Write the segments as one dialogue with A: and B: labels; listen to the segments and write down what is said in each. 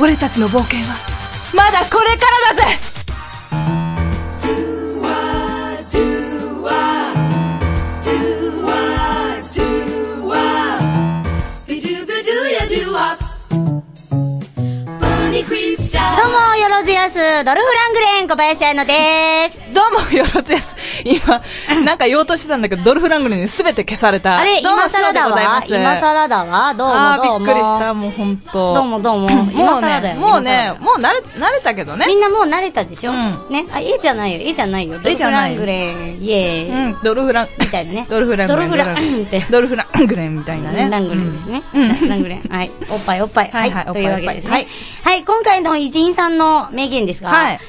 A: 俺たちの冒険はまだこれからだぜ
B: どうも、よろずやす、ドルフラングレーン、小林彩乃です。
A: どうもよろずやす今なんか言おうとしてたんだけどドルフラングルに全て消された
B: あれ、
A: どうも
B: 今更だ
A: シロでございま
B: わ。
A: す
B: 今更だわ。どう
A: あ
B: も、ど
A: ー
B: うも。
A: びっくりしたもう本当
B: どうも、どうも。
A: も
B: 今
A: う
B: 更だ
A: ね
B: よ
A: も
B: 今更
A: うね
B: だよ
A: もう慣れ慣れたけどね
B: みんなもう慣れたでしょ
A: うん
B: ね。あ、いいじゃないよ、いいじゃないよ。ドルフラングレーン、イエーイ。
A: うんドルフラン
B: みたいなね。
A: ドルフラングレ
B: ドル
A: ン
B: フランって。
A: ドルフラングレンみたいなね
B: ラングレンですね。
A: うん
B: ラングレン。はい。おっぱいおっぱい。
A: は
B: はいい。
A: はい
B: というわけですね。
A: お
B: は
A: っぱいお
B: い。
A: っ
B: はい、今回の偉人さんの名言ですが、
A: はい。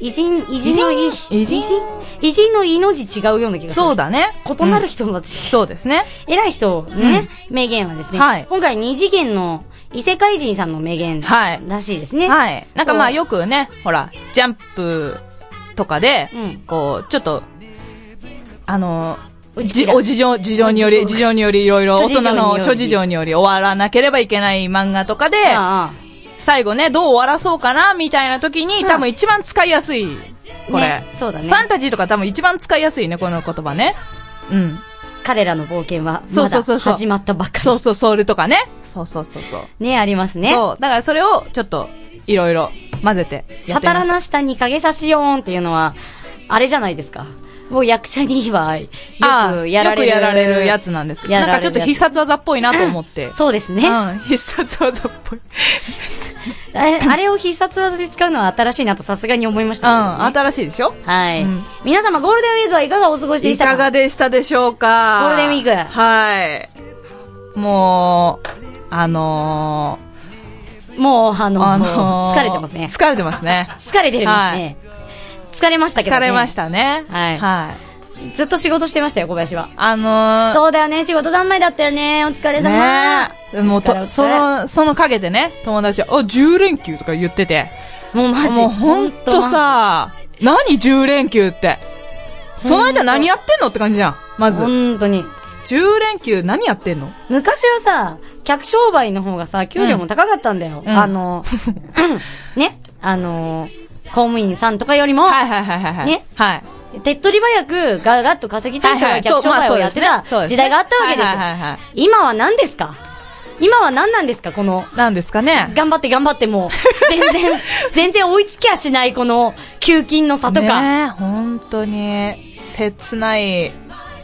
B: 偉人、偉人の
A: 偉
B: 偉
A: 人偉人
B: 偉人の偉の字違うような気がする。
A: そうだね
B: 異なる
A: うん
B: 人の私、
A: そうですね
B: 偉い人のね、名言はですね、
A: はい
B: 今回二次元の異世界人さんの名言
A: はい
B: らしいですね。
A: はい。なんかまあ
B: そう
A: よくね、ほら、ジャンプとかで、
B: うん
A: こう、ちょっと、あの、
B: おじ
A: じ
B: きら
A: お事情、事情により、事
B: 事
A: 情によりいろいろ、大
B: 諸事情
A: 人
B: によ
A: の
B: り
A: 諸事情により終わらなければいけない漫画とかで、
B: あ
A: 最後ね、どう終わらそうかな、みたいな時に、
B: うん
A: 多分一番使いやすい、これ、
B: ねそうだね
A: ファンタジーとか多分一番使いやすいね、この言葉ね。うん。
B: あ彼らの冒険は、
A: そう
B: ま
A: そう
B: だ
A: そうそう
B: 始まったばっかり。
A: そうそう、それとかね。そうそうそうそう。
B: ね、ありますね。
A: そう。だからそれを、ちょっと、いろいろ混ぜて
B: サ
A: やってみ
B: タ
A: ま
B: ラ
A: した。
B: ナ下に影差しよーんっていうのは、あれじゃないですか。もう役者には、よ
A: ああ
B: くやられる。
A: よくやられるやつなんですけど、
B: や
A: なん
B: られる
A: かちょっと必殺技っぽいなと思って。
B: そうです
A: う
B: ね。あ
A: ん、必殺技っぽい。
B: あれを必殺技で使うのは新しいなとさすがに思いまし
A: う
B: たけどね
A: ん、新しいでしょ
B: はい、
A: うん
B: 皆様、ゴールデンウィークはいかがお過ごしで
A: い
B: したか
A: かがでしたでしょうか
B: ゴールデンウィーク
A: はい。もう、あの
B: もう、あ
A: ー、
B: の、
A: あ
B: も
A: の
B: う
A: ー
B: 疲れてますね。
A: 疲れてますね。
B: 疲れてますね、 疲れましたけどね。
A: 疲れまし。たね。
B: はい
A: はい。
B: ずっと仕事してましたよ、小林は。
A: あ のー、
B: そうだよね、仕事三昧だったよね。お疲れ様。
A: ねえもう
B: お疲れお疲
A: と、
B: れ
A: その、その陰でね、友達は、あ、10連休とか言ってて。
B: もうマジ。
A: もうほんとさ、何10連休って。その間何やってんのって感じじゃん。まず
B: ほ。んとに。
A: 10連休何やってんの
B: 昔はさ、客商売の方がさ、給料も高かったんだよ。
A: うん
B: あ の、ね、あの、公務員さんとかよりも、
A: はいはいはいはいはい。
B: ね
A: はい。
B: 手っ取り早くガガッと稼ぎたいから
A: そ
B: 客
A: う
B: 商
A: まあ
B: 売
A: そ
B: を
A: う
B: や
A: で
B: っ
A: す
B: て
A: ね
B: た
A: そうで
B: 時
A: すね
B: 代があったわけで
A: はいはいはいは
B: すよ。
A: い
B: 今は何ですか今は何なんですかこの、
A: なんですかね。
B: 頑張って頑張って も、全然、全然追いつきゃしないこの、給金の差とか、
A: ねえ本当に、切ない。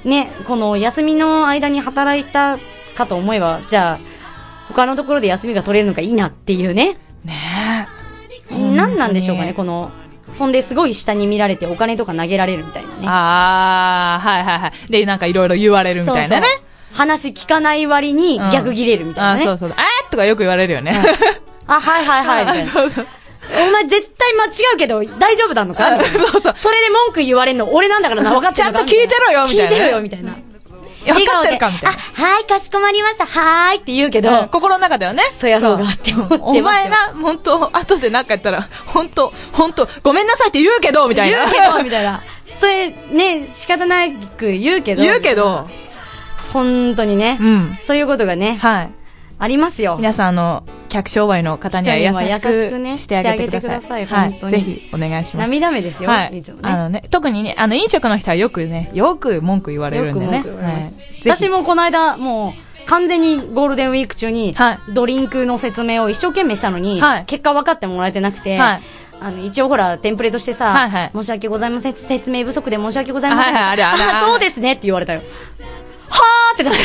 B: ね、この休みの間に働いたかと思えば、じゃあ、他のところで休みが取れるのがいいなっていうね。
A: ね本当に
B: 何なんでしょうかね、この、そんですごい下に見られてお金とか投げられるみたいな
A: え。
B: ね。
A: ああ、はいはいはい。で、なんかいろいろ言われるみたいなね。
B: そうそう話聞かない割に
A: うん
B: 逆ギレるみた
A: あ
B: いな
A: ー
B: ね。
A: そうそう。えーとかよく言われるよね。
B: あ、はいはいはいみたいな。
A: そうそう。
B: お前絶対間違うけど大丈夫なのか
A: あ そうそう。
B: それで文句言われんの俺なんだからな分かってるのか
A: ちゃんと聞いてろよみたいな
B: 聞いてろよみたいな。
A: 分かってるかみた
B: 笑顔
A: い
B: であ、はい、かしこまりました。はーいって言うけど、
A: な。うん心の中ではね。
B: そうやろうがって思ってますよ
A: お前な、本当後でなんか言ったら、本当本当ごめんなさいって言うけど、みたい
B: 言
A: な。
B: うけど、みたいな。 それ、ね、仕方なく言うけど。
A: 言うけど、
B: 本当にね。
A: うん。
B: そういうことがね、
A: はい。
B: ありますよ。
A: 皆さん、あの、客商売の方には優
B: 人に
A: し
B: は優しく
A: く
B: ね
A: してあげてください。
B: してあげてください本当
A: は
B: に
A: い。ぜひ、お願いします。
B: 涙目ですよ、
A: はい
B: いつも
A: あ
B: ね。
A: のね、特にね、あの、飲食の人はよくね、よく文句言われるんでね。
B: よく文句言われます
A: はいぜひ
B: 私もこの間、もう、完全にゴールデンウィーク中に
A: はい、
B: ドリンクの説明を一生懸命したのに
A: はい、
B: 結果分かってもらえてなくて、
A: はい
B: あの、一応ほら、テンプレとしてさ、
A: はいはい
B: 申し訳ございません、説明不足で申し訳ございませんでした。
A: はいはいあれあれあれ
B: そうですねって言われたよ。はーって なって。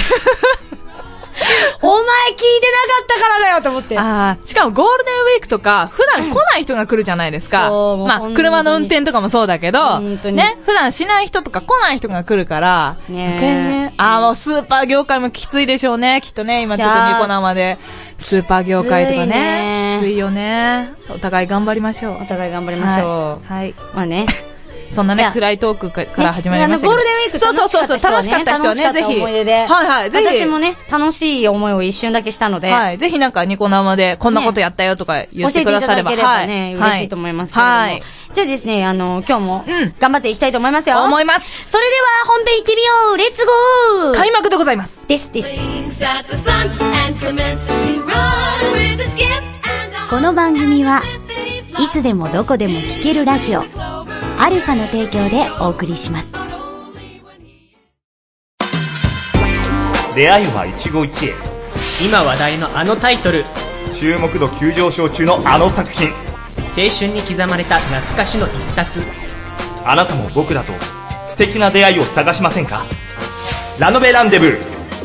B: お前聞いてなかったからだよと思って。
A: ああ、しかもゴールデンウィークとか、普段来ない人が来るじゃないです
B: う
A: か。
B: んそうもう
A: ま
B: 本当
A: あ、
B: に
A: 車の運転とかもそうだけど、
B: 本当に
A: ね、普段しない人とか来ない人が来るから、
B: ねえ
A: 余計にね、ああ、もうスーパー業界もきついでしょうね、きっとね、今ちょっとニコ生で、スーパー業界とかね、
B: き
A: き
B: ついね
A: ついよね。お互い頑張りましょう。
B: お互い頑張りましょう。
A: はい。はい
B: まあね。
A: そんないね
B: や、
A: 暗いトークかから始まりましたけ
B: ねあのゴ
A: ど。
B: ールデンウィーク
A: そうそうそうそう、楽
B: 楽
A: し
B: し
A: か
B: か
A: っ
B: ったた
A: 人
B: 人
A: は
B: はね楽しかっ
A: ね、ぜひ。
B: た思い出で
A: はいはい、ぜひ。
B: 私もね、楽しい思いを一瞬だけしたので、
A: はい。ぜひなんかニコ生でこんなことやったよとか
B: 教
A: 言っ
B: え
A: て
B: てい
A: くだ
B: た
A: され
B: だ
A: ば。
B: ければね、
A: は
B: 嬉しいと思いますけれども。
A: はい。
B: じゃあですね、あの、今日も
A: うん、
B: 頑張っていきたいと思いますよ。
A: 思います。
B: それでは本編行ってみようレッツゴー
A: 開幕でございます。
B: ですです。
C: Blinks at the sun and commences to run with a skip and a この番組はいつでもどこでも聴けるラジオアルファの提供でお送りします
D: 出会いは一期一
E: 今話題のあのタイトル
D: 会注目度急上昇中のあの作品
E: 青春に刻まれた懐かしの一冊
D: あなたも僕らと素敵な出会いを探しませんかラノベランデブー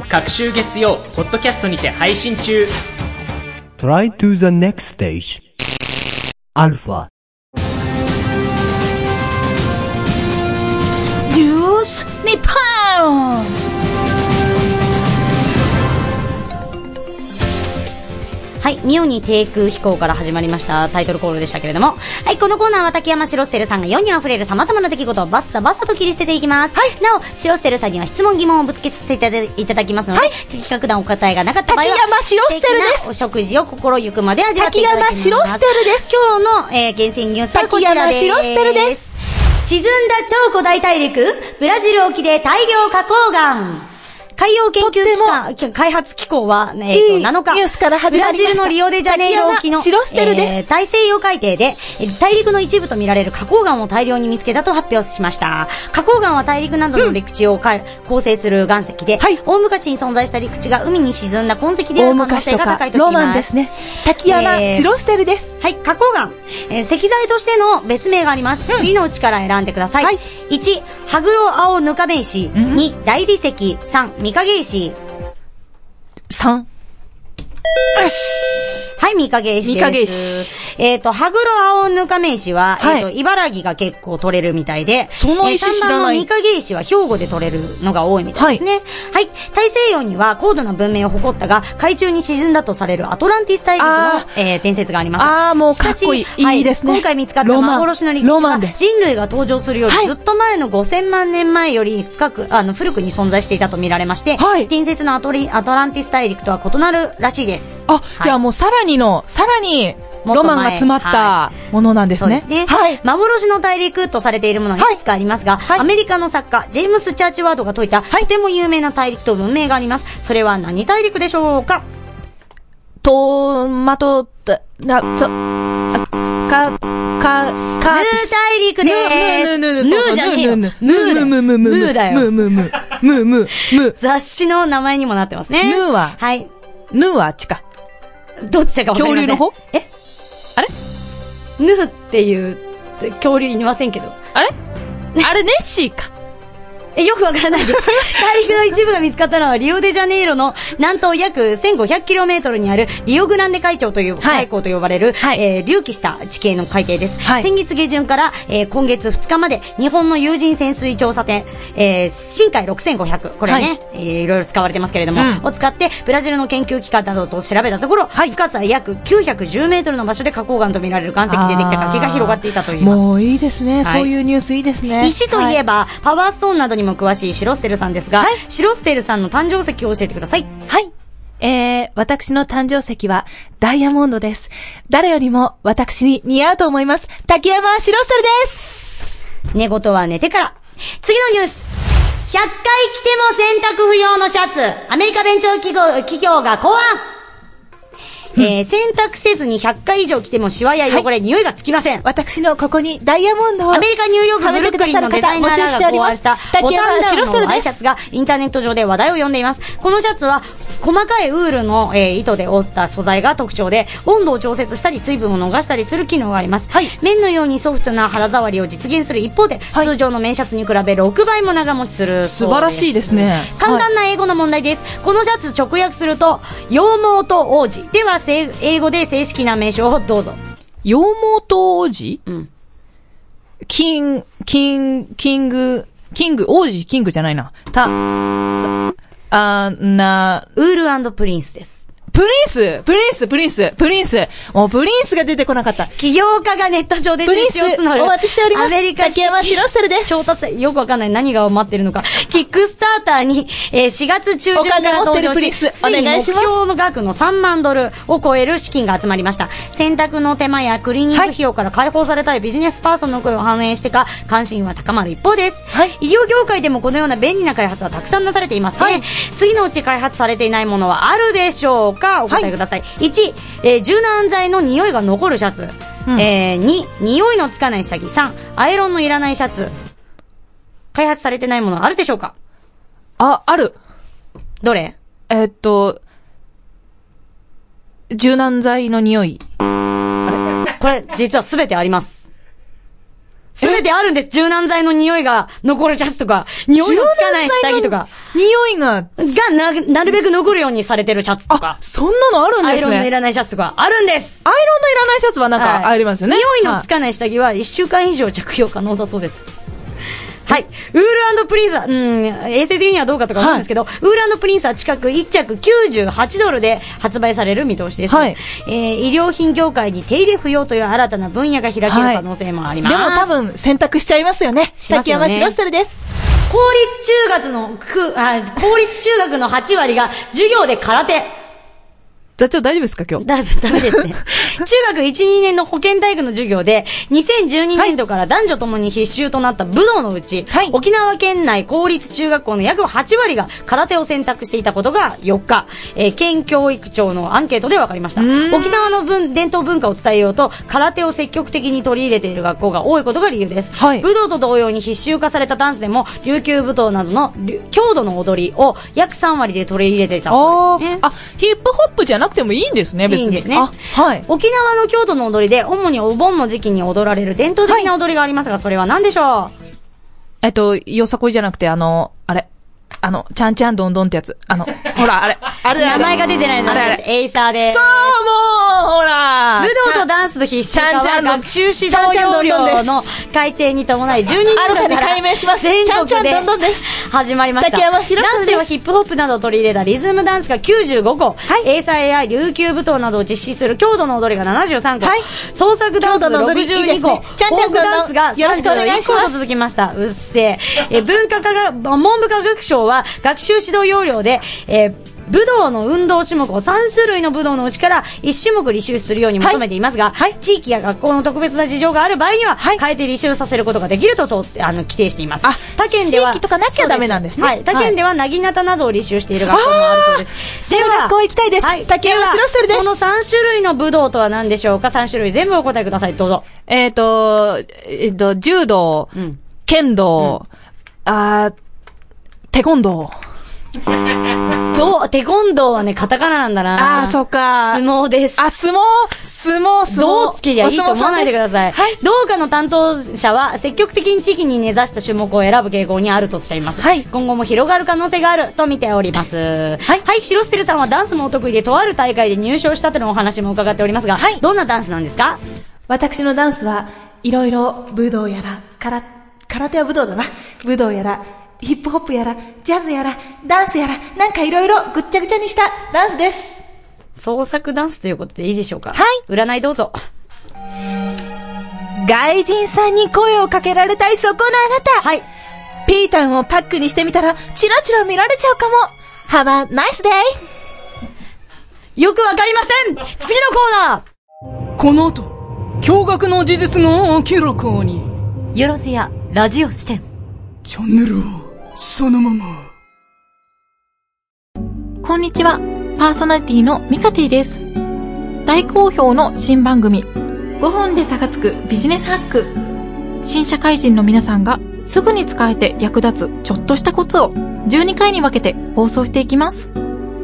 E: 各週月曜ポッドキャストにて配信中
F: Try to the next stage. Alpha.
G: ニュース日本
B: はい、妙に低空飛行から始まりましたタイトルコールでしたけれども、はい、このコーナーは竹山シロステルさんが世にあふれる様々な出来事をバッサバッサと切り捨てていきます。はい、なお、シロステルさんには質問疑問をぶつけさせていただきますので、的確なお答えがなかった場合は、
G: 滝山シロステルです
B: 素敵なお食事を心ゆくまで味わっていただきます。
G: 滝山シロステルです。
B: 今日の、えー厳選ニュースはこちらです。
G: 滝山シロステルです。
B: 沈んだ超古代大陸、ブラジル沖で大量花崗岩。海洋研究機関、き開発機構は、ね、えっ
G: いい
B: と、7日、
G: ニュースから始まりました
B: ブラジルのリオデジャネイロ沖の、
G: 滝山シロステルです
B: えー大西洋海底で、えー大陸の一部と見られる花崗岩を大量に見つけたと発表しました。花崗岩は大陸などの陸地をか、構成する岩石で、
G: はい
B: 大昔に存在した陸地が海に沈んだ痕跡であ
G: 大
B: る可能
G: 昔
B: 性
G: と
B: が
G: か
B: 高いと聞きます。
G: ロマンですね滝山
B: えー
G: シロステルです
B: はい、花崗岩、えー石材としての別名があります。次のうちから選んでください。
G: はい
B: 1、ハグロアオヌカベ石。2、大理石。3、三影石。
A: 3。
B: はい、三影石です。
A: 三影石。
B: えっ、と、ハグロアオヌカメ石は、
A: はい
B: えっ、と、茨城が結構取れるみたいで、
A: その石
B: えー
A: 知
B: 三
A: ら
B: 番
A: な
B: の
A: い
B: 三影石は兵庫で取れるのが多いみたいですね。はい。大西洋には高度な文明を誇ったが、海中に沈んだとされるアトランティス大陸
A: あ
B: の、えー伝説があります。
A: あーもう
B: しし
A: かっこいいいいですね
B: 今回見つかった
A: ロマン
B: 幻の陸地
A: ロマ
B: は
A: ンで、
B: 人類が登場するより
A: はい
B: ずっと前の5000万年前より深く、あの、古くに存在していたと見られまして、
A: はい
B: 伝説のアトリアトランティス大陸とは異なるらしいです。
A: あ、じゃあもうさらにの、さらに、
B: もっと前
A: ロマンが詰まったものなんですね。
B: そうですね。
A: はい。
B: 幻の大陸とされているものがいくつかありますが、
A: はい
B: アメリカの作家、ジェームス・チャーチワードが説いた、とても有名な大陸と文明があります。それは何大陸でしょうか
A: トマト、だ、な、そ、あか、か、
B: ム
A: か、
B: ー大陸でーす。
A: ぬぬぬぬ
B: ムーじゃねえよ。
A: ぬ
B: ム
A: ぬぬ
B: ー
A: ぬ
B: ムーだよ。
A: むむむむむむむ
B: 雑誌の名前にもなってますね。
A: ムーは
B: はい。
A: ぬはあっちか。
B: どっちだかわかりません
A: 恐竜の方
B: え
A: あれ
B: ヌーっていう、恐竜いませんけど。
A: あ れあれネッシーか。
B: え、よくわから ないです。大陸の一部が見つかったのは、リオデジャネイロの南東約 1500km にあるリオグランデ海峡という、海溝と呼ばれる、えー隆起した地形の海底です。
A: はい
B: 先月下旬から、えー今月2日まで、日本の有人潜水調査艇、えー深海6500、これね、い、えーいろいろ使われてますけれども、
A: うん
B: を使って、ブラジルの研究機関などと調べたところ、深さ約 910m の場所で花崗岩と見られる岩石でできた崖が広がっていたといいます。
A: もういいです
B: は
A: ね。
B: い
A: そういうニュースいいですね。
B: 石といえば、パワーストーンなどにも詳しいシロステルさんですが、シロステルさんの誕生石を教えてください。
H: はい。えー、私の誕生石はダイヤモンドです。誰よりも私に似合うと思います。竹山シロステルです
B: 寝言は寝てから。次のニュース。100回着ても洗濯不要のシャツ。アメリカベンチャー企業企業が考案。えー、洗濯せずに100回以上着てもシワや汚れ、匂いがつきません。
H: 私のここにダイヤモンドを。
B: アメリカ・ニューヨーク・ブルックリンのデザイナーらが考案したボタンダウンのワイシャツがインターネット上で話題を呼んでいます。このシャツは細かいウールの、えー糸で折った素材が特徴で温度を調節したり水分を逃したりする機能があります、綿のようにソフトな肌触りを実現する一方で、通常の綿シャツに比べ6倍も長持ちするそう
A: 素晴らしいですね。
B: 簡単な英語の問題です、このシャツ直訳すると羊毛と王子ではせい英語で正式な名称をどうぞ
A: 羊毛と王子
B: うん
A: キン、キン、キング、キング、王子、キングじゃないな。た、さあ、な、
B: ウールプリンスです
A: プリンスプリンスプリンスプリンスもうプリンスが出てこなかった。
B: 起業家がネット上で
H: プリ
B: 出
H: ン
B: 資
H: ス
B: を募る。
H: お待ちしており
B: ア
H: ます
B: メリカ
H: 竹山シロッセルです
B: 調達、よくわかんない。何が待ってるのか。キックスターターに、えー4月中旬から
H: お金持っ
B: 登
H: てる
B: 場
H: プリ
B: し、
H: ンス
B: つい
H: お
B: に
H: 願
B: 目
H: いします
B: 標の額の3万ドルを超える資金が集まりました。洗濯の手間やクリーニング費用から解放されたいビジネスパーソンの声を反映してか、関心は高まる一方です。医療業界でもこのような便利な開発はたくさんなされていますね。次のうち開発されていないものはあるでしょうかかお答えください、1、えー柔軟剤の匂いが残るシャツ、えー2匂いのつかない下着3アイロンのいらないシャツ開発されてないものあるでしょうか
A: あ、ある。
B: どれ
A: えーっと、柔軟剤の匂い。
B: これ実は全てあります全てあるんです柔軟剤の匂いが残るシャツとか匂いのつかない下着とか
A: 匂いが、
B: がな、なるべく残るようにされてるシャツとか
A: あ、、そんなのあるん
B: ア
A: で
B: イ
A: す
B: ロン
A: ね。
B: のいらないシャツとか、あるんです
A: アイロンのいらないシャツはなん
B: はい
A: かありますよね。
B: 匂いのつ
A: か、
B: かない下着は1週間以上着用可能だそうです。はい。ウールプリンスは、うん、衛生的にはどうかとか思うんですけど、ウールプリンスは近く1着98ドルで発売される見通しです。
A: はい
B: えー医療品業界に手入れ不要という新たな分野が開ける可能性もあります。
A: でも多分選択しちゃいますよね。
B: しますよね
A: 滝山シロステルです。
B: 公立中学の、く、あ、公立中学の8割が授業で空手。
A: 座長大丈夫ですか今日。
B: だ、ダメですね。中学1、2年の保健体育の授業で、2012年度から男女ともに必修となった武道のうち、
A: はい
B: 沖縄県内公立中学校の約8割が空手を選択していたことが4日、えー県教育庁のアンケートで分かりました。沖縄の文伝統文化を伝えようと、空手を積極的に取り入れている学校が多いことが理由です。
A: はい
B: 武道と同様に必修化されたダンスでも、琉球舞踏などのりゅ郷土の踊りを約3割で取り入れていたそうです、ね。
A: あーあ、ヒップホップじゃなくてもいいんですね、別に。
B: いいんですね。
A: あ、はい。
B: 沖縄の郷土の踊りで、主にお盆の時期に踊られる伝統的な踊りがありますが、それは何でしょう
A: えっと、よさこいじゃなくて、あの、あれ。あの、ちゃんちゃんどんどんってやつ。あの、ほら、あれ。あれあ
B: 名
A: れ。
B: 前が出てないの
A: あれあ
B: で、
A: れ。
B: エイサーです
A: そう、。もう、ほら。
B: 武道とダンスの必修化
A: ちゃ
B: は
A: んちゃん
B: 学習指導要領の改定に伴い12人
I: アルファで解明します
B: 全国
I: ちゃんちゃんどんどんです
B: 始まりました
I: 竹山白
B: ダン
I: 鈴です
B: スではヒップホップなどを取り入れたリズムダンスが95個、エーサー AI 琉球舞踏などを実施する郷土の踊りが73個、
I: はい
B: 創作ダンスが
I: 郷土の踊りいいで
B: 62
I: す
B: 個
I: ねちゃんちゃんどんどん
B: フォークダンスが
I: よろしくお願いし
B: 31
I: ま
B: 個
I: す
B: と続きましたうっせーえ文化科学文部科学省は学習指導要領で、えー武道の運動種目を3種類の武道のうちから1種目履修するように求めていますが、地域や学校の特別な事情がある場合には、変えて履修させることができるとそうあの規定しています。
A: あ
B: 他県では
A: 地域とかなきゃダメなんですね
B: はい、他県ではなぎなたなどを履修している学校もあるそうです。では
I: 学校行きたいです竹山
B: では
I: 白鶴です
B: その3種類の武道とは何でしょうか ?3 種類全部お答えください。どうぞ。
A: えっ、と、えっ、と、柔道、
B: ん
A: 剣道、あーテコンドー。
B: どう、テコンドーはね、カタカナなんだな。
A: あー、そうか
B: 相。撲です。
A: あ、相撲相撲、相撲。
B: どうつけりゃいいと思わないでください。
A: お相撲さんです
B: 同課の担当者は、積極的に地域に根ざした種目を選ぶ傾向にあるとおっしゃいます。
A: はい
B: 今後も広がる可能性があると見ております。はい。はい、シロステルさんはダンスもお得意で、とある大会で入賞したとのお話も伺っておりますが、
I: はい
B: どんなダンスなんですか
I: 私のダンスはいろいろ武道やら、から空手は武道だな。武道やら、ヒップホップやら、ジャズやら、ダンスやら、なんかいろいろぐっちゃぐちゃにしたダンスです。。
B: 創作ダンスということでいいでしょうかはい占いどうぞ。
I: 外人さんに声をかけられたいそこのあなた。
B: はい。
I: ピータンをパックにしてみたら、チラチラ見られちゃうかも。Have a nice day!
B: よくわかりません次のコーナー
J: この後、驚愕の事実が明らかに。
B: よろせや、ラジオ視点。
J: チャンネルを、そのまま。
H: こんにちは。パーソナリティのミカティです。大好評の新番組、5分で差がつくビジネスハック。新社会人の皆さんがすぐに使えて役立つちょっとしたコツを12回に分けて放送していきます。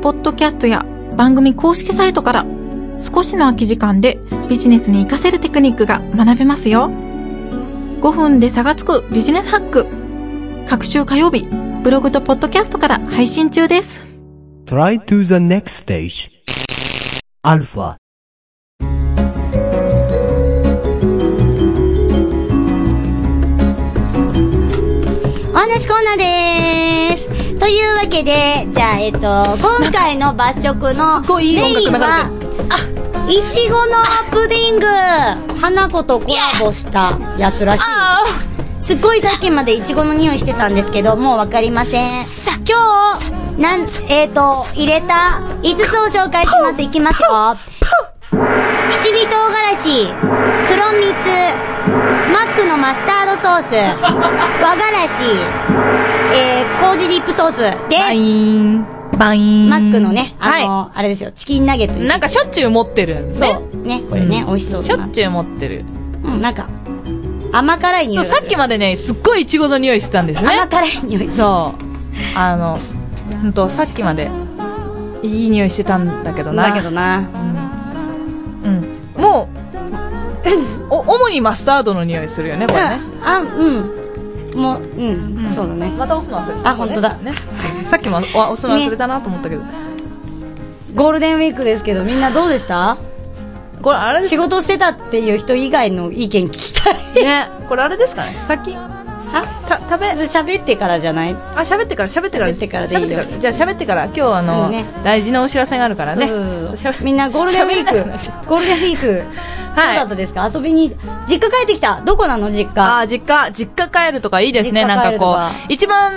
H: ポッドキャストや番組公式サイトから少しの空き時間でビジネスに活かせるテクニックが学べますよ。5分で差がつくビジネスハック。各週火曜日、ブログとポッドキャストから配信中です。
K: Try to the next stage. Alpha.
B: お話コーナーでーす。というわけで、じゃあ、えっと、今回の抜食の
A: ごいい音
B: メイン
A: 楽
B: は、いちごのプディング花子とコラボしたやつらしい。すっごいさっきまでいちごの匂いしてたんですけど、もうわかりません。今日、なん、えっ、と、入れた5つを紹介します。いきますよ。七味唐辛子、黒蜜、マックのマスタードソース、和がらし、えー、麹ディップソースです。
A: イーン。バイン。
B: マックのね、あの、あれですよ、チキンナゲットに
A: なんかしょっちゅう持ってるんですね。
B: そう。ね、これね、美味しそう
A: し
B: だ
A: ょ
B: な
A: っ。ちゅう持ってる。
B: うん、なんか、甘辛い匂
A: そ、
B: いうがする。
A: さっきまでね、すっごいイチゴの匂いしてたんですね。
B: 甘辛い匂いする。
A: そう。あの、ほんと、さっきまで、いい匂いしてたんだけどな。
B: だけどな。
A: うん。もう、お、主にマスタードの匂いするよね、これね。
B: あ、うん。もう、うん、そうだね。
A: また押すの忘れてた。
B: あ、本当だ。
A: ね。さっきもお押すの忘れたなと思ったけど。
B: ゴールデンウィークですけど、みんなどうで した
A: これあれです
B: 仕事してたっていう人以外の意見聞き たい。
A: ね。これあれですかね。先、
B: あ、
A: た、食べ、
B: 喋ってからじゃない
A: あ、喋ってから、喋ってから。
B: 喋ってからでいいよ
A: 喋ってからじゃあ喋ってから、今日あの、
B: うんね
A: 大事なお知らせがあるからね。
B: そうそう
A: し
B: そ
A: ゃ
B: うみんなゴールデンウィー
A: 喋りながら
B: ク、ゴールデンウィー ク、どうだったですか遊びに、実家帰ってきた。どこなの実
A: あ
B: 家。
A: ー、実家、実家帰るとかいいですね、
B: 実
A: な
B: 家
A: ん
B: 帰
A: か
B: ると
A: こ
B: か
A: う。一番、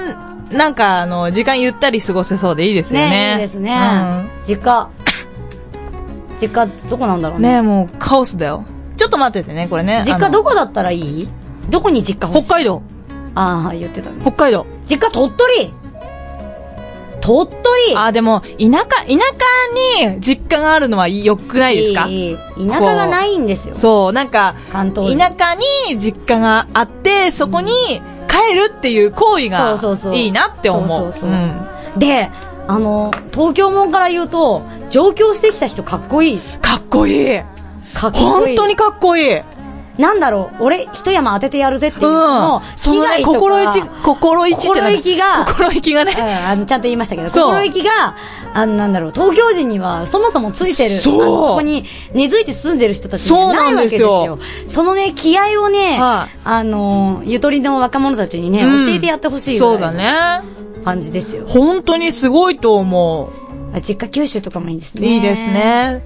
A: なんかあの、時間ゆったり過ごせそうでいいですよね。
B: ねいいですね。実家。実家、どこなんだろ
A: う
B: うんね。
A: ねもうカオスだよ。ちょっと待っててね、これね。
B: 実
A: あ
B: 家
A: の
B: どこだったらいいどこに実家欲しい
A: 北海道。
B: ああ、言ってたね。
A: 北海道。
B: 実家鳥取鳥取
A: あー、でも、田舎、田舎に実家があるのは良くないですか
B: いいいい田舎がないんですよ。
A: そう、なんか、
B: 関東人
A: 田舎に実家があって、そこに帰るっていう行為が
B: そうそうそう
A: いいなって思う。
B: そうそうそうんで、あの、東京門から言うと、上京してきた人かっこいい。
A: かっこいい。
B: かっこいい。
A: 本当にかっこいい。
B: なんだろう、俺、一山当ててやるぜっていうのを、
A: そのね、
B: 被害とか
A: 心意気、心意気ってな
B: 心意気が、
A: 心意気が
B: うん
A: ね。
B: あの、ちゃんと言いましたけど、
A: そう
B: 心意気が、あの、なんだろう、東京人にはそもそもついてる、
A: そう
B: あのそこに根付いて住んでる人たちじゃ
A: そう
B: な
A: ないん
B: わけで
A: で
B: す
A: す
B: よ
A: よ。
B: そのね、気合をね、
A: はい
B: あの、ゆとりの若者たちにね、
A: うん
B: 教えてやってほしい
A: そ
B: ぐ
A: う
B: ら
A: だ
B: いの
A: ね。
B: 感じですよ。
A: 本当にすごいと思
B: あ実家九州とかもいいです
A: う。
B: ね。
A: いいです。ね。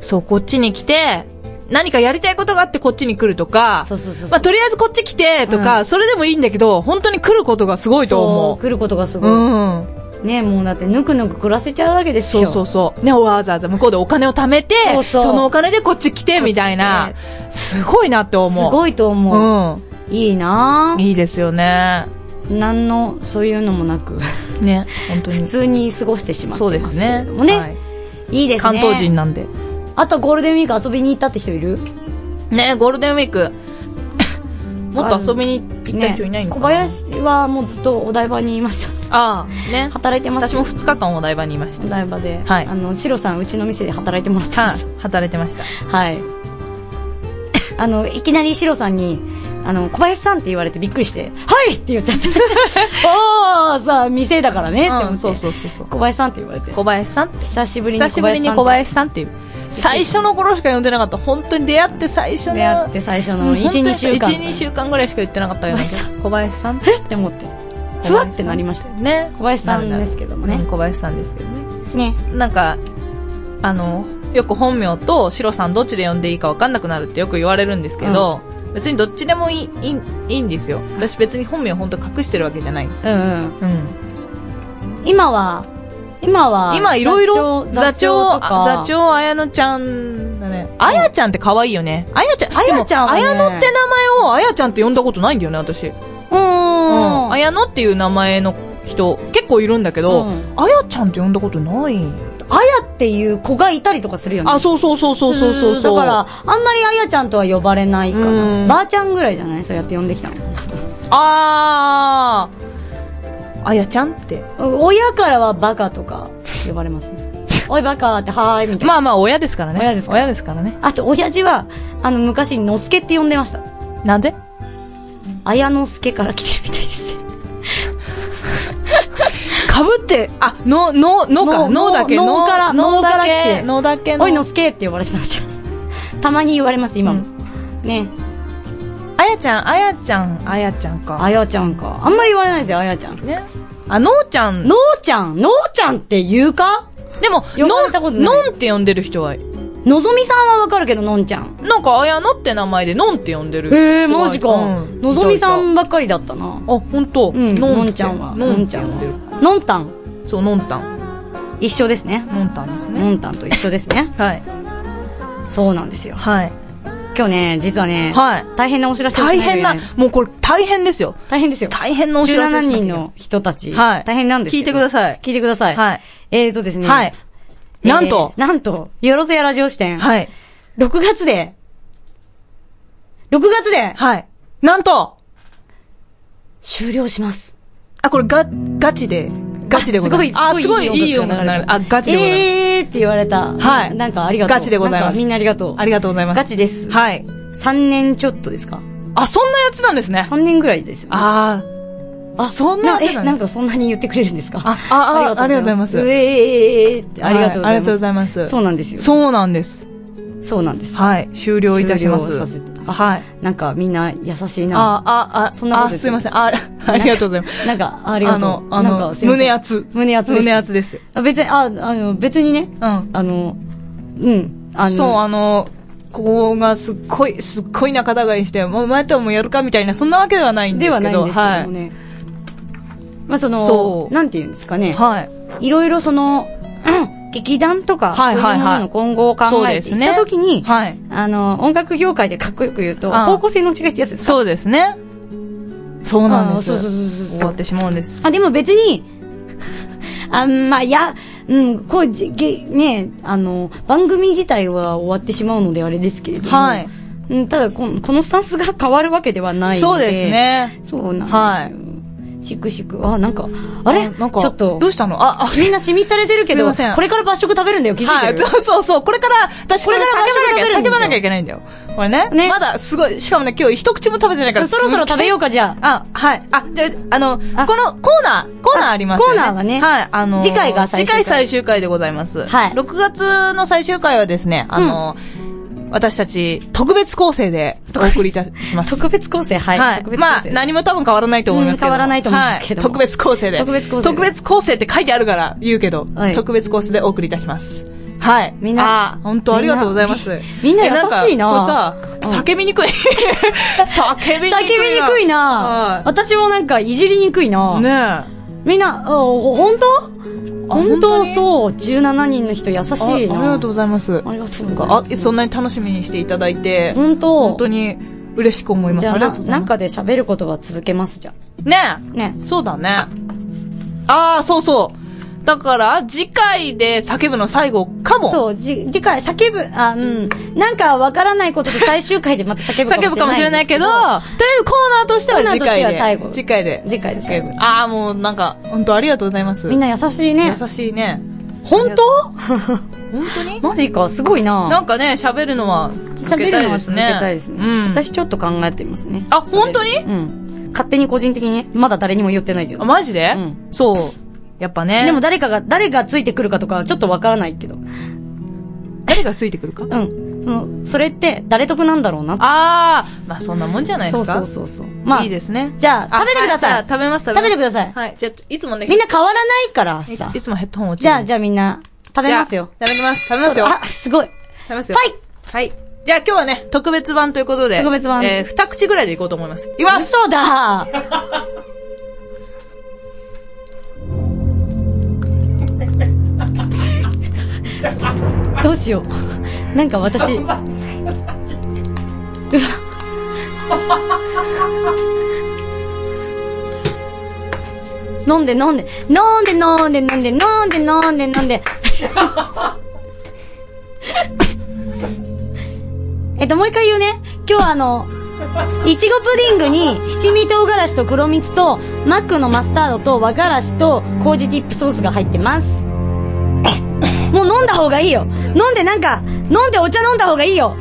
A: そう、こっちに来て、何かやりたいことがあってこっちに来るとか、
B: そうそうそうそう
A: まあ、とりあえずこっち来てとか、
B: う
A: それでもいいんだけど、本当に来ることがすごいと
B: そう、
A: 思う。
B: 来ることがす
A: う
B: ごい。
A: ん。
B: ね、もうだって、ぬくぬく暮らせちゃうわけです
A: そう
B: よ。
A: そうそう。ね、わざわざ向こうでお金を貯めて、
B: そうそう
A: のお金でこっち来て、みたいな
B: こ。
A: すごいなって思
B: す
A: う。
B: ごいと思う。
A: う
B: いいなぁ
A: ん。いいですよね。
B: 何のそういうのもなく
A: ね、本当
B: 普
A: に。
B: 通に過ごしてしまって
A: そうですね。
B: もね、
A: はいい、
B: いですね
A: 関東人なんで。
B: あとゴールデンウィーク遊びに行ったって人いる
A: ね、ゴールデンウィーク。もっと遊びに行った人いないのか
B: 小
A: な、
B: 林はもうずっとお台場にいました
A: ああ、ね。
B: 働いてます
A: 私も2日間お台場にいまし
B: お
A: た。
B: 台場で、
A: はい
B: あのシロさんうちの店で働いてもらったん
A: は
B: です
A: い働いてました。
B: はい、 あのいきなりシロさんにあの小林さんって言われてびっくりして「はい!」って言っちゃって おーさあ店だからねって思って、
A: うん、そうそうそうそう。
B: 小林さんって言われて
A: 小林さんって
B: 久しぶりに
A: 久しぶりに小
B: 小林
A: 林さんっていう。最初の頃しか呼んでなかった。本当に出会って最初
B: さん
A: の。
B: 出会って最初
A: う
B: の
A: ん本当に
B: 12週間
A: 1、2週間ぐらいしか言ってなかったよね
B: 小林。
A: 小林さん
B: えって思ってふわってなりました
A: ね。
B: 小林さんですけどもね
A: うん小林さんですけどね。
B: ね
A: なんか、あの、よく本名とシロさんどっちで呼んでいいかわかんなくなるってよく言われるんですけど、別にどっちでもいい、いい、いいんですよ。私別に本名本当隠してるわけじゃない。
B: うんうん
A: うん。
B: 今は今は
A: 今いろいろ、座長、
B: とか
A: あ座長、あやのちゃんだね。あやちゃんって可愛いよね。あやちゃん、
B: あやちゃんはね
A: でもあやのって名前をあやちゃんって呼んだことないんだよね、私。
B: う
A: うん。あ
B: ーん
A: やのっていう名前の人、結構いるんだけど、
B: うん
A: あやちゃんって呼んだことない。
B: あやっていう子がいたりとかするよね
A: あ、そうそうそうそうそうそうそう。
B: だから、あんまりあやちゃんとは呼ばれないか
A: う
B: なんばあちゃんぐらいじゃないそうやって呼んできたの
A: あー、あやちゃんって。
B: 親からはバカとか呼ばれますね おいバカってはーいみたいな
A: まあまあ、親ですからね。
B: 親ですから
A: からね。
B: あと親父はあの昔のすけって呼んでました
A: なんで
B: 綾之助から来てるみたいです
A: かぶって、あ、の、の、のか、
B: の
A: のだけ、
B: のから
A: の
B: の
A: だ
B: から来て
A: け、のだけの。
B: おいのすけって呼ばれてましたたまに言われます今も、ね
A: あやちゃん、あやちゃん、あやちゃんか。
B: あやちゃんかあんまり言われないですよあやちゃん
A: ね。あ、のーちゃん。
B: のーちゃんのーちゃんって言うか
A: でも、
B: 呼
A: の
B: ばれたこ、とない
A: のんって呼んでる人は、
B: のぞみさんはわかるけどのんちゃん
A: なんか、あやのって名前で、のんって呼んでる。
B: えー、マジか、
A: うん
B: のぞみさ。
A: いたい
B: んばっかりだったな
A: たあ、ほんと。
B: うん
A: って
B: のんちゃんは
A: の
B: の
A: ん
B: ん
A: ち
B: ち
A: ゃ
B: ゃ
A: ん
B: ん
A: 呼んでる。
B: はのんたん
A: そう、のんたん。
B: 一緒ですね
A: のんたんですね。
B: のんたんと一緒ですね
A: はい。
B: そうなんですよ
A: はい。
B: 今日ね、実はね、
A: はい。
B: 大変なお知らせをし
A: 大
B: いといけ
A: 変な、もうこれ大変ですよ。
B: 大変ですよ。
A: 大変なお知らせをし
B: 17
A: なきゃ
B: 人の人たち。
A: はい
B: 大変なんですよ
A: 聞いてください
B: 聞いてください。
A: はい。
B: えーとですね。
A: はい。
B: えー
A: なんと
B: なんと、よろせやラジオ支店。
A: はい。
B: 6月で、6月で、
A: はい。なんと
B: 終了します。
A: あ、これが、ガチで、ガチでございます。
B: あすごい
A: あ、すごいいい音
B: が
A: 楽
B: 流れる
A: が流れる。あ、ガチでございます。
B: えーって言われた。
A: はい
B: なんかありがとう。
A: ガチでございます
B: なんかみんなありがとう。
A: ありがとうございます。
B: ガチです。
A: はい。
B: 3年ちょっとですか
A: あ、そんなやつなんですね。
B: ?3 年ぐらいですよ、ね。
A: ああ、そんなや
B: え、
A: つ
B: なん
A: か、
B: かそんなに言ってくれるんですか
A: あ、あ、あ、ありがとうございます。
B: うえーって、ありがとうございます。
A: はいありがとうございます
B: そうなんですよ。
A: そうなんです。
B: そうなんです。
A: はい。終了いたします
B: 終了させて。
A: あはい。
B: なんかみんな優しいな。
A: あ、あ、あ、
B: そんなこと
A: あ、
B: です
A: すいません。あ、ありがとうございます。
B: なんか、ありがとう。
A: あの、
B: な
A: あ
B: ん
A: の
B: か、すいません
A: 胸熱。
B: 胸熱です。
A: 胸熱です。
B: あ別に、あ、あの、別にね、
A: うん。
B: あの、うん、あの、
A: そう、あの、ここがすっごい、すっごい仲違いして、もうお前ともやるかみたいな、そんなわけではないんです
B: で
A: けど。
B: はないんですけども
A: はい。
B: ね。まあ、その
A: そう
B: なんていうんですかね。
A: はい。
B: いろいろその、 うん劇団とか、
A: はいはい
B: そう
A: はい
B: いうものの今後を考
A: そう
B: え
A: で
B: て
A: す
B: いっ
A: ね
B: たときに、
A: はい。
B: あの、音楽業界でかっこよく言うと、
A: あ
B: 方向性の違いってやつですか
A: そうですね。そうなんです。
B: あそうそうそうそう
A: 終わってしまうんです。
B: あ、でも別に、 あんまあ、いや、うん、こう、じげ、ね、あの、番組自体は終わってしまうのであれですけれども、
A: はい。
B: うん、ただこの、このスタンスが変わるわけではないので、
A: そうです。ね。
B: そうなんですよ。しくしく、あ、なんか、あれ
A: なんか、
B: ちょっと
A: ど、うしたのあ、あ、
B: みんなしみったれてるけ
A: すい
B: ど、
A: ません
B: これから罰食食べるんだよ、気づ
A: は いい、
B: てる。
A: そうそうそう。これから、私
B: こ
A: これ
B: れ
A: か
B: からら
A: 叫ばなきゃ、
B: 場所
A: 叫
B: が
A: ばな
B: 食
A: きゃ
B: べ
A: いけないんだよ。これね。
B: ね
A: まだすごい、しかもね、今日一口も食べてないから、
B: そろそろ食べようか、じゃあ。
A: あ、はい。あ、で、あの、
B: あ
A: このコーナー、コーナーありますよね。
B: コーナーはね
A: はい、あのー、
B: 次回が最終回
A: 次回最終回でございます。
B: はい
A: 6月の最終回はですね、あのー、私たち、特別構成でお送りいたし ます。
B: 特別構成、はい。
A: はい
B: 特。別構
A: まあ、
B: 成
A: 何も多分変わらないと思いますけど。
B: うん変わらないと思いますけど
A: はい特別構成で。
B: 特別構成で
A: 特別構成って書いてあるから言うけど
B: はい、
A: 特別構成でお送りいたします。はい。
B: みんな
A: あー本当ありがとうございます。
B: みんな
A: えんか
B: 優しいな
A: これさ、
B: うん
A: 叫びに くい。叫びにくいな。
B: 叫びにくいな
A: は
B: 私もなんかいじりにくいな、
A: い。ねえ。
B: みんな、あお本当本当そう、17人の人優し
A: ああり
B: いな。
A: がとうございます。
B: ありがとうござい
A: な
B: ま
A: んか
B: す。
A: あそんなに楽しみにしていただいて、
B: 本当
A: 本当に嬉しく思いま
B: じ
A: す。
B: ゃ
A: あ
B: あ
A: り
B: な、
A: がとうござ
B: ないん
A: ます。
B: かで喋ることは続けます、じゃ
A: ねえ。
B: あ。ね。
A: そうだね。ああ、そうそう。だから、次回で叫ぶの最後かも。
B: そう、じ、次回叫ぶ、あ、うん。なんかわからないことで最終回でまた叫ぶかもしれない。
A: 叫ぶかもしれないけど、とりあえずコーナーとしては次
B: コーナーとし
A: 回
B: ては
A: で。
B: 最後
A: 次回で。
B: 次回です。
A: 叫ぶああ、もうなんか、本当ありがとうございます。
B: みんな優しいね。
A: 優しいね。
B: 本当
A: 本当に
B: マジか、すごいな。
A: なんかね、喋るのは続け
B: 喋
A: た
B: る
A: い
B: の
A: で
B: は
A: す
B: 続
A: ね。
B: けたいですね。
A: うん。
B: 私ちょっと考えてますね。
A: あ、本当に
B: うん。勝手に個人的にね、まだ誰にも言ってないけ
A: あ、
B: ど。
A: マジで、
B: うん
A: そう。やっぱね。
B: でも誰かが、誰がついてくるかとかはちょっとわからないけど。
A: 誰がついてくるか
B: うん。その、それって誰得なんだろうなって。
A: ああ、まあそんなもんじゃないで
B: そ
A: す
B: う
A: か。
B: そうそうそう。まあ、
A: いいですね。
B: じゃあ、
A: あ
B: 食べてくだ
A: は
B: さ
A: じゃあ
B: い。
A: 食べます、食
B: 食
A: べます
B: べてください。
A: はい。じゃあ、いつもね、
B: みんな変わらないからさ
A: い。つもヘッドホン落ち
B: じゃあ、じゃ
A: ゃ
B: あみんな、食べますよ。。
A: 食べます。食べますよ。食
B: あ、すごい。
A: べますよ。
B: はい
A: はい。じゃあ今日はね、特別版ということで。
B: 特別版
A: えー、二口ぐらいでいこうと思います。いきます
B: 嘘だどうしよう。なんか私。うわ。飲んで飲んで、飲んで飲んで飲んで飲んで飲んで飲んで。えっと、もう一回言うね。今日はあの、いちごプディングに七味唐辛子と黒蜜とマックのマスタードと和辛子と麹ディップソースが入ってますもう飲んだ方がいいよ飲んでなんか飲んでお茶飲んだ方がいいよ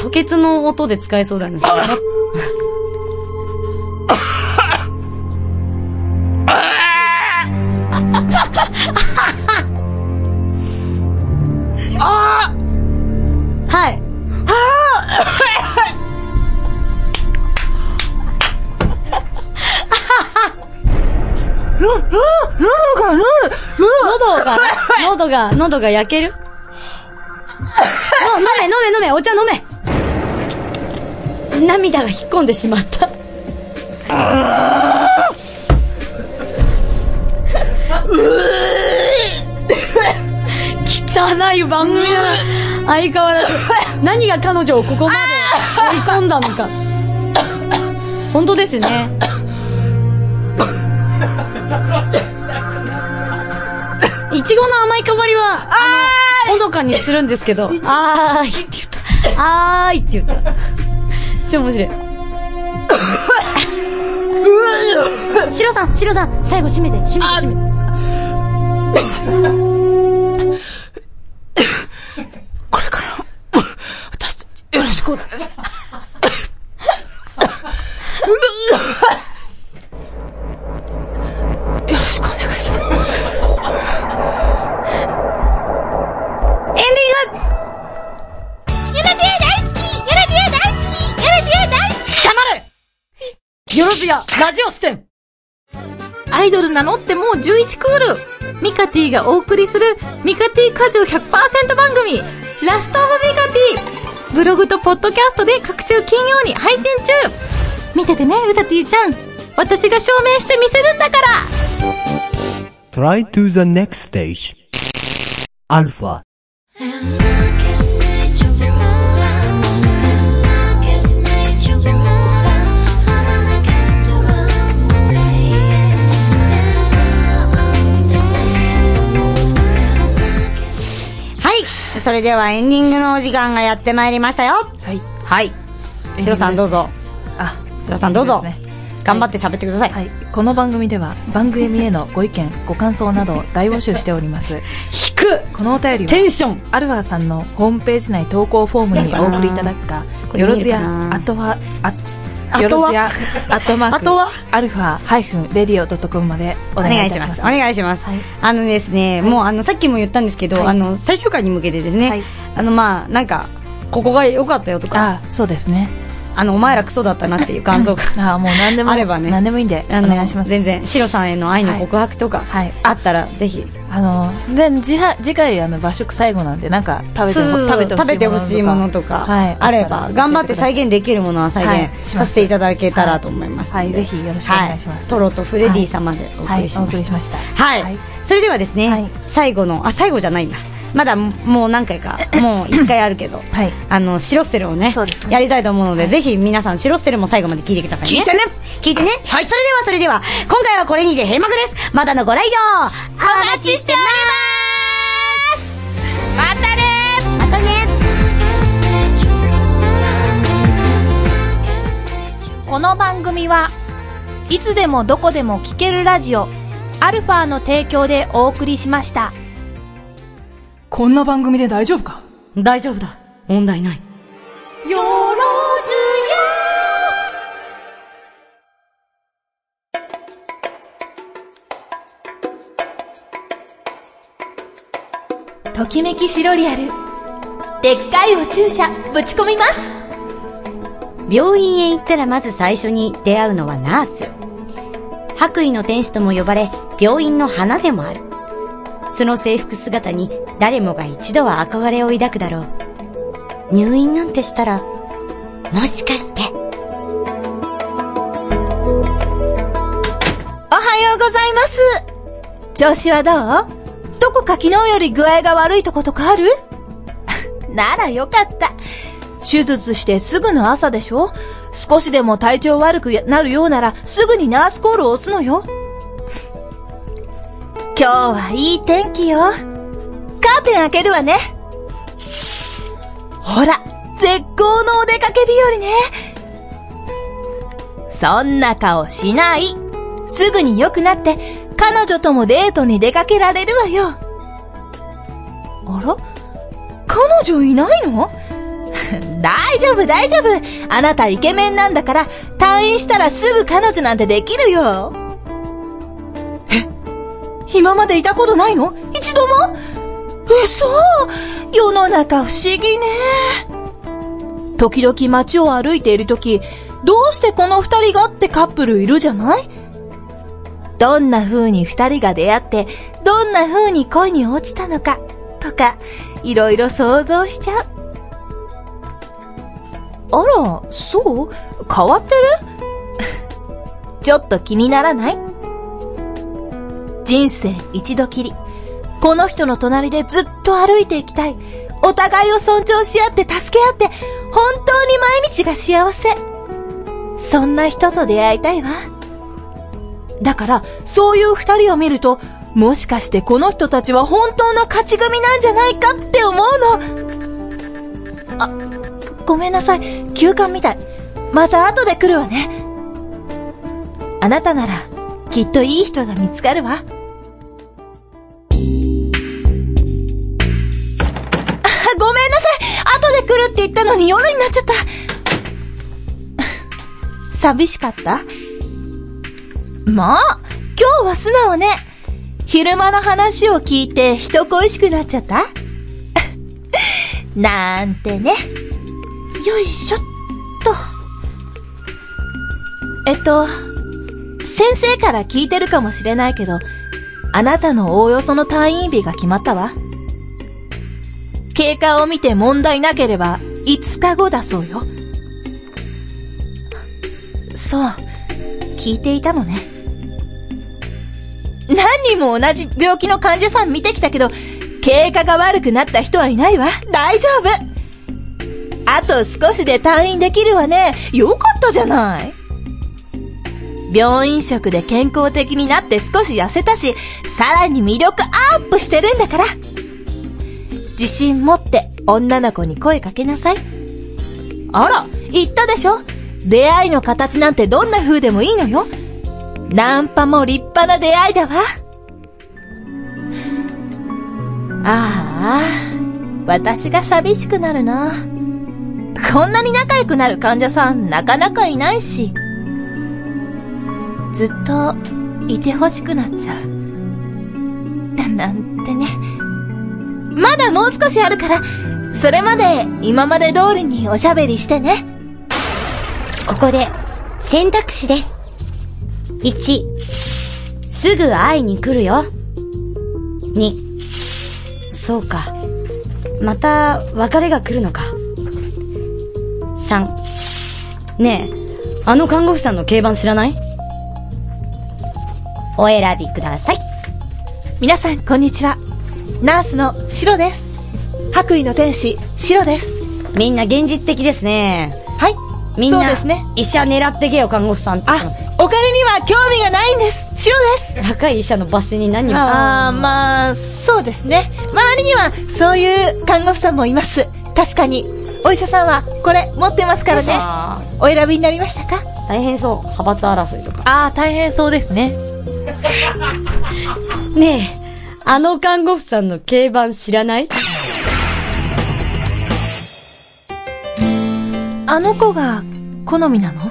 B: 吐血の音で使えそうだねそれねはい喉が、喉が、喉が焼ける。お飲め飲め飲め、お茶飲め。涙が引っ込んでしまった。汚い番組だな相変わ らず何が彼女をここまで追い込んだのか本当ですねいちごの甘い香りはあのほのかにするんですけどあーいって言ったあーいって言った超面白い
C: シロさん、シロさん、最後締めて、締めて、締めて。
L: これからも、私たち、よろしくお願いします。よろしくお願いします。エンディング
B: よろずやラジオステン
M: アイドル名乗ってもう11クールミカティがお送りするミカティ果汁100%番組ラストオブミカティブログとポッドキャストで各週金曜に配信中見ててね、うたてぃちゃん私が証明してみせるんだから
F: Try to the next stage. Alpha.
B: は
C: Thank
B: い。それではエンディングのお時間がやってまいりましたよ。はい。はい。シロさんどうぞ。あ、シロさんどうぞ。頑張って喋ってください。
A: はい、この番組では番組へのご意見ご感想などを大募集しております
B: 引く
A: このお便りは
B: テンション
A: アルファさんのホームページ内投稿フォームにお送りいただくか
B: れ
A: よ
B: 見
A: ろ
B: え
A: ず
B: るか
A: や
B: な
A: あとはあ
B: あとは
A: よろずやアットマー
B: あとは
A: クアルファハイフンレディオドットコムまでお
B: お
A: 願
B: 願
A: い
B: い
A: いた
B: し
A: し
B: ま。
A: ますす
B: お願いします。あのですね、もうあの、さっきも言ったんですけど、あの、最終回に向けてですね、あの、まあ、なんか、ここが良かったよとか、
A: あそうですね
B: あの、お前らクソだったなっていう感想が
A: あもう何でも
B: あればね
A: 何でもいいんでお
B: あの
A: 願いします
B: 全然、シロさんへの愛の告白とか、
A: はい
B: あったら、ぜひ、
A: あので次回次回あの場食最後なんでなんか食べ
B: そ
A: て
B: うそうそう
A: 食
B: 食
A: べ
B: べ
A: て
B: てほ
A: ほし
B: し
A: い
B: い
A: も
B: も
A: の
B: の
A: と
B: と
A: か
B: か、
A: はい
B: あれ
A: あった
B: ば
A: ら
B: 頑張って再現できるものは再
A: はい
B: 現
A: しま
B: させ
A: す
B: ていただけたらと思いますので、
A: はいぜひよろしくお願いします
B: はトロとフレディ様でお送りしました,、
A: はいはいお送りしました
B: はい
A: はい
B: それではですね、
A: はい
B: 最後のあ最後じゃないんだまだもう何回 かもう1回あるけど、
A: はい
B: あのシロステルをね
A: そうですね
B: やりたいと思うので、ぜひ皆さんシロステルも最後まで聞いてくださいね聞いてね聞いてね、はい、それではそれでは今回はこれにて閉幕ですまだのご来場お待ちしておりますまたねまたね
G: この番組はいつでもどこでも聴けるラジオアルファの提供でお送りしました。
L: こんな番組で大丈夫か
B: 大丈夫だ問題ない
H: ときめき白リアルでっかいお注射ぶち込みます
B: 病院へ行ったらまず最初に出会うのはナース。白衣の天使とも呼ばれ、病院の花でもある。その制服姿に誰もが一度は憧れを抱くだろう。入院なんてしたら、もしかして。
H: おはようございます。調子はどうどこか昨日より具合が悪いとことかある ならよかった。手術してすぐの朝でしょ少しでも体調悪くなるようならすぐにナースコールを押すのよ。今日はいい天気よ。カーテン開けるわね。ほら、絶好のお出かけ日和ね。そんな顔しない。すぐに良くなって、彼女ともデートに出かけられるわよ。あら彼女いないの 大丈夫大丈夫。あなたイケメンなんだから、退院したらすぐ彼女なんてできるよ。え今までいたことないの一度も嘘世の中不思議ね。時々街を歩いている時、どうしてこの二人がってカップルいるじゃないどんな風に二人が出会って、どんな風に恋に落ちたのか、とか、いろいろ想像しちゃう。あら、そう変 わってるちょっと気にならない人生一度きり。
I: この人の隣でずっと歩いていきたい。お互いを尊重し合って助け合って、本当に毎日が幸せ。そんな人と出会いたいわ。だから、そういう二人を見ると、もしかしてこの人たちは本当の勝ち組なんじゃないかって思うの。あ、ごめんなさい。休館みたい。また後で来るわね。あなたなら、きっといい人が見つかるわ。ごめんなさい後で来るって言ったのに夜になっちゃった寂しかったまあ、今日は素直ね。昼間の話を聞いて人恋しくなっちゃった なんてね。よいしょっと。えっと、先生から聞いてるかもしれないけど、あなたのおおよその退院日が決まったわ。経過を見て問題なければ5日後だそうよ。そう、聞いていたのね。何人も同じ病気の患者さん見てきたけど、経過が悪くなった人はいないわ。大丈夫。あと少しで退院できるわね。よかったじゃない。病院食で健康的になって少し痩せたし、さらに魅力アップしてるんだから。自信持って女の子に声かけなさい。あら、言ったでしょ出会いの形なんてどんな風でもいいのよ。ナンパも立派な出会いだわ。ああ、私が寂しくなるな。こんなに仲良くなる患者さんなかなかいないし。ずっといてほしくなっちゃう。なんてね。まだもう少しあるから、それまで今まで通りにおしゃべりしてね。
C: ここで選択肢です。1、すぐ会いに来るよ。
B: 2、そうか。また別れが来るのか。3、ねえ、あの看護婦さんの競馬知らない
C: お選びください。
N: 皆さん、こんにちは。ナースのシロです。白衣の天使、シロです。
B: みんな現実的ですね。
N: はい。
B: みんな、そうですね。医者狙ってけよ、看護婦さんって。。
N: あ、お金には興味がないんです。シロです
B: 若い医者の場所に何も。
N: ああ、まあ、そうですね。周りには、そういう看護婦さんもいます。確かに。お医者さんは、これ、持ってますからね。お選びになりましたか
B: 大変そう。派閥争いとか。
A: ああ、大変そうですね。
B: ねえ。あの看護婦さんの競馬知らない
I: あの子が好みなの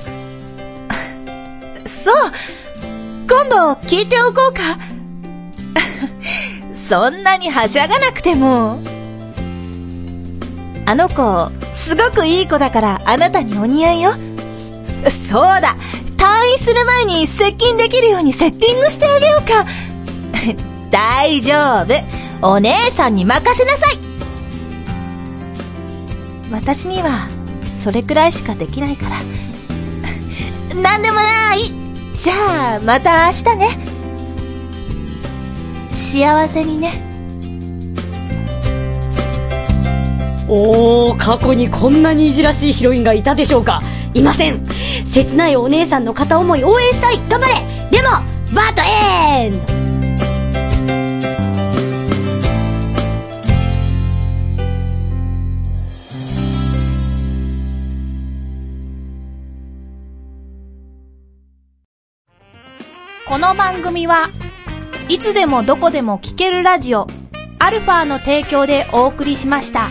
N: そう
I: 今度聞いておこうか そんなにはしゃがなくても。あの子、すごくいい子だからあなたにお似合いよ。そうだ退院する前に接近できるようにセッティングしてあげようか。 大丈夫お姉さんに任せなさい私にはそれくらいしかできないから 何でもないじゃあまた明日ね幸せにね
B: おー過去にこんなにいじらしいヒロインがいたでしょうかいません切ないお姉さんの片思い応援したい頑張れでもバートエン
G: この番組はいつでもどこでも聴けるラジオアルファの提供でお送りしました。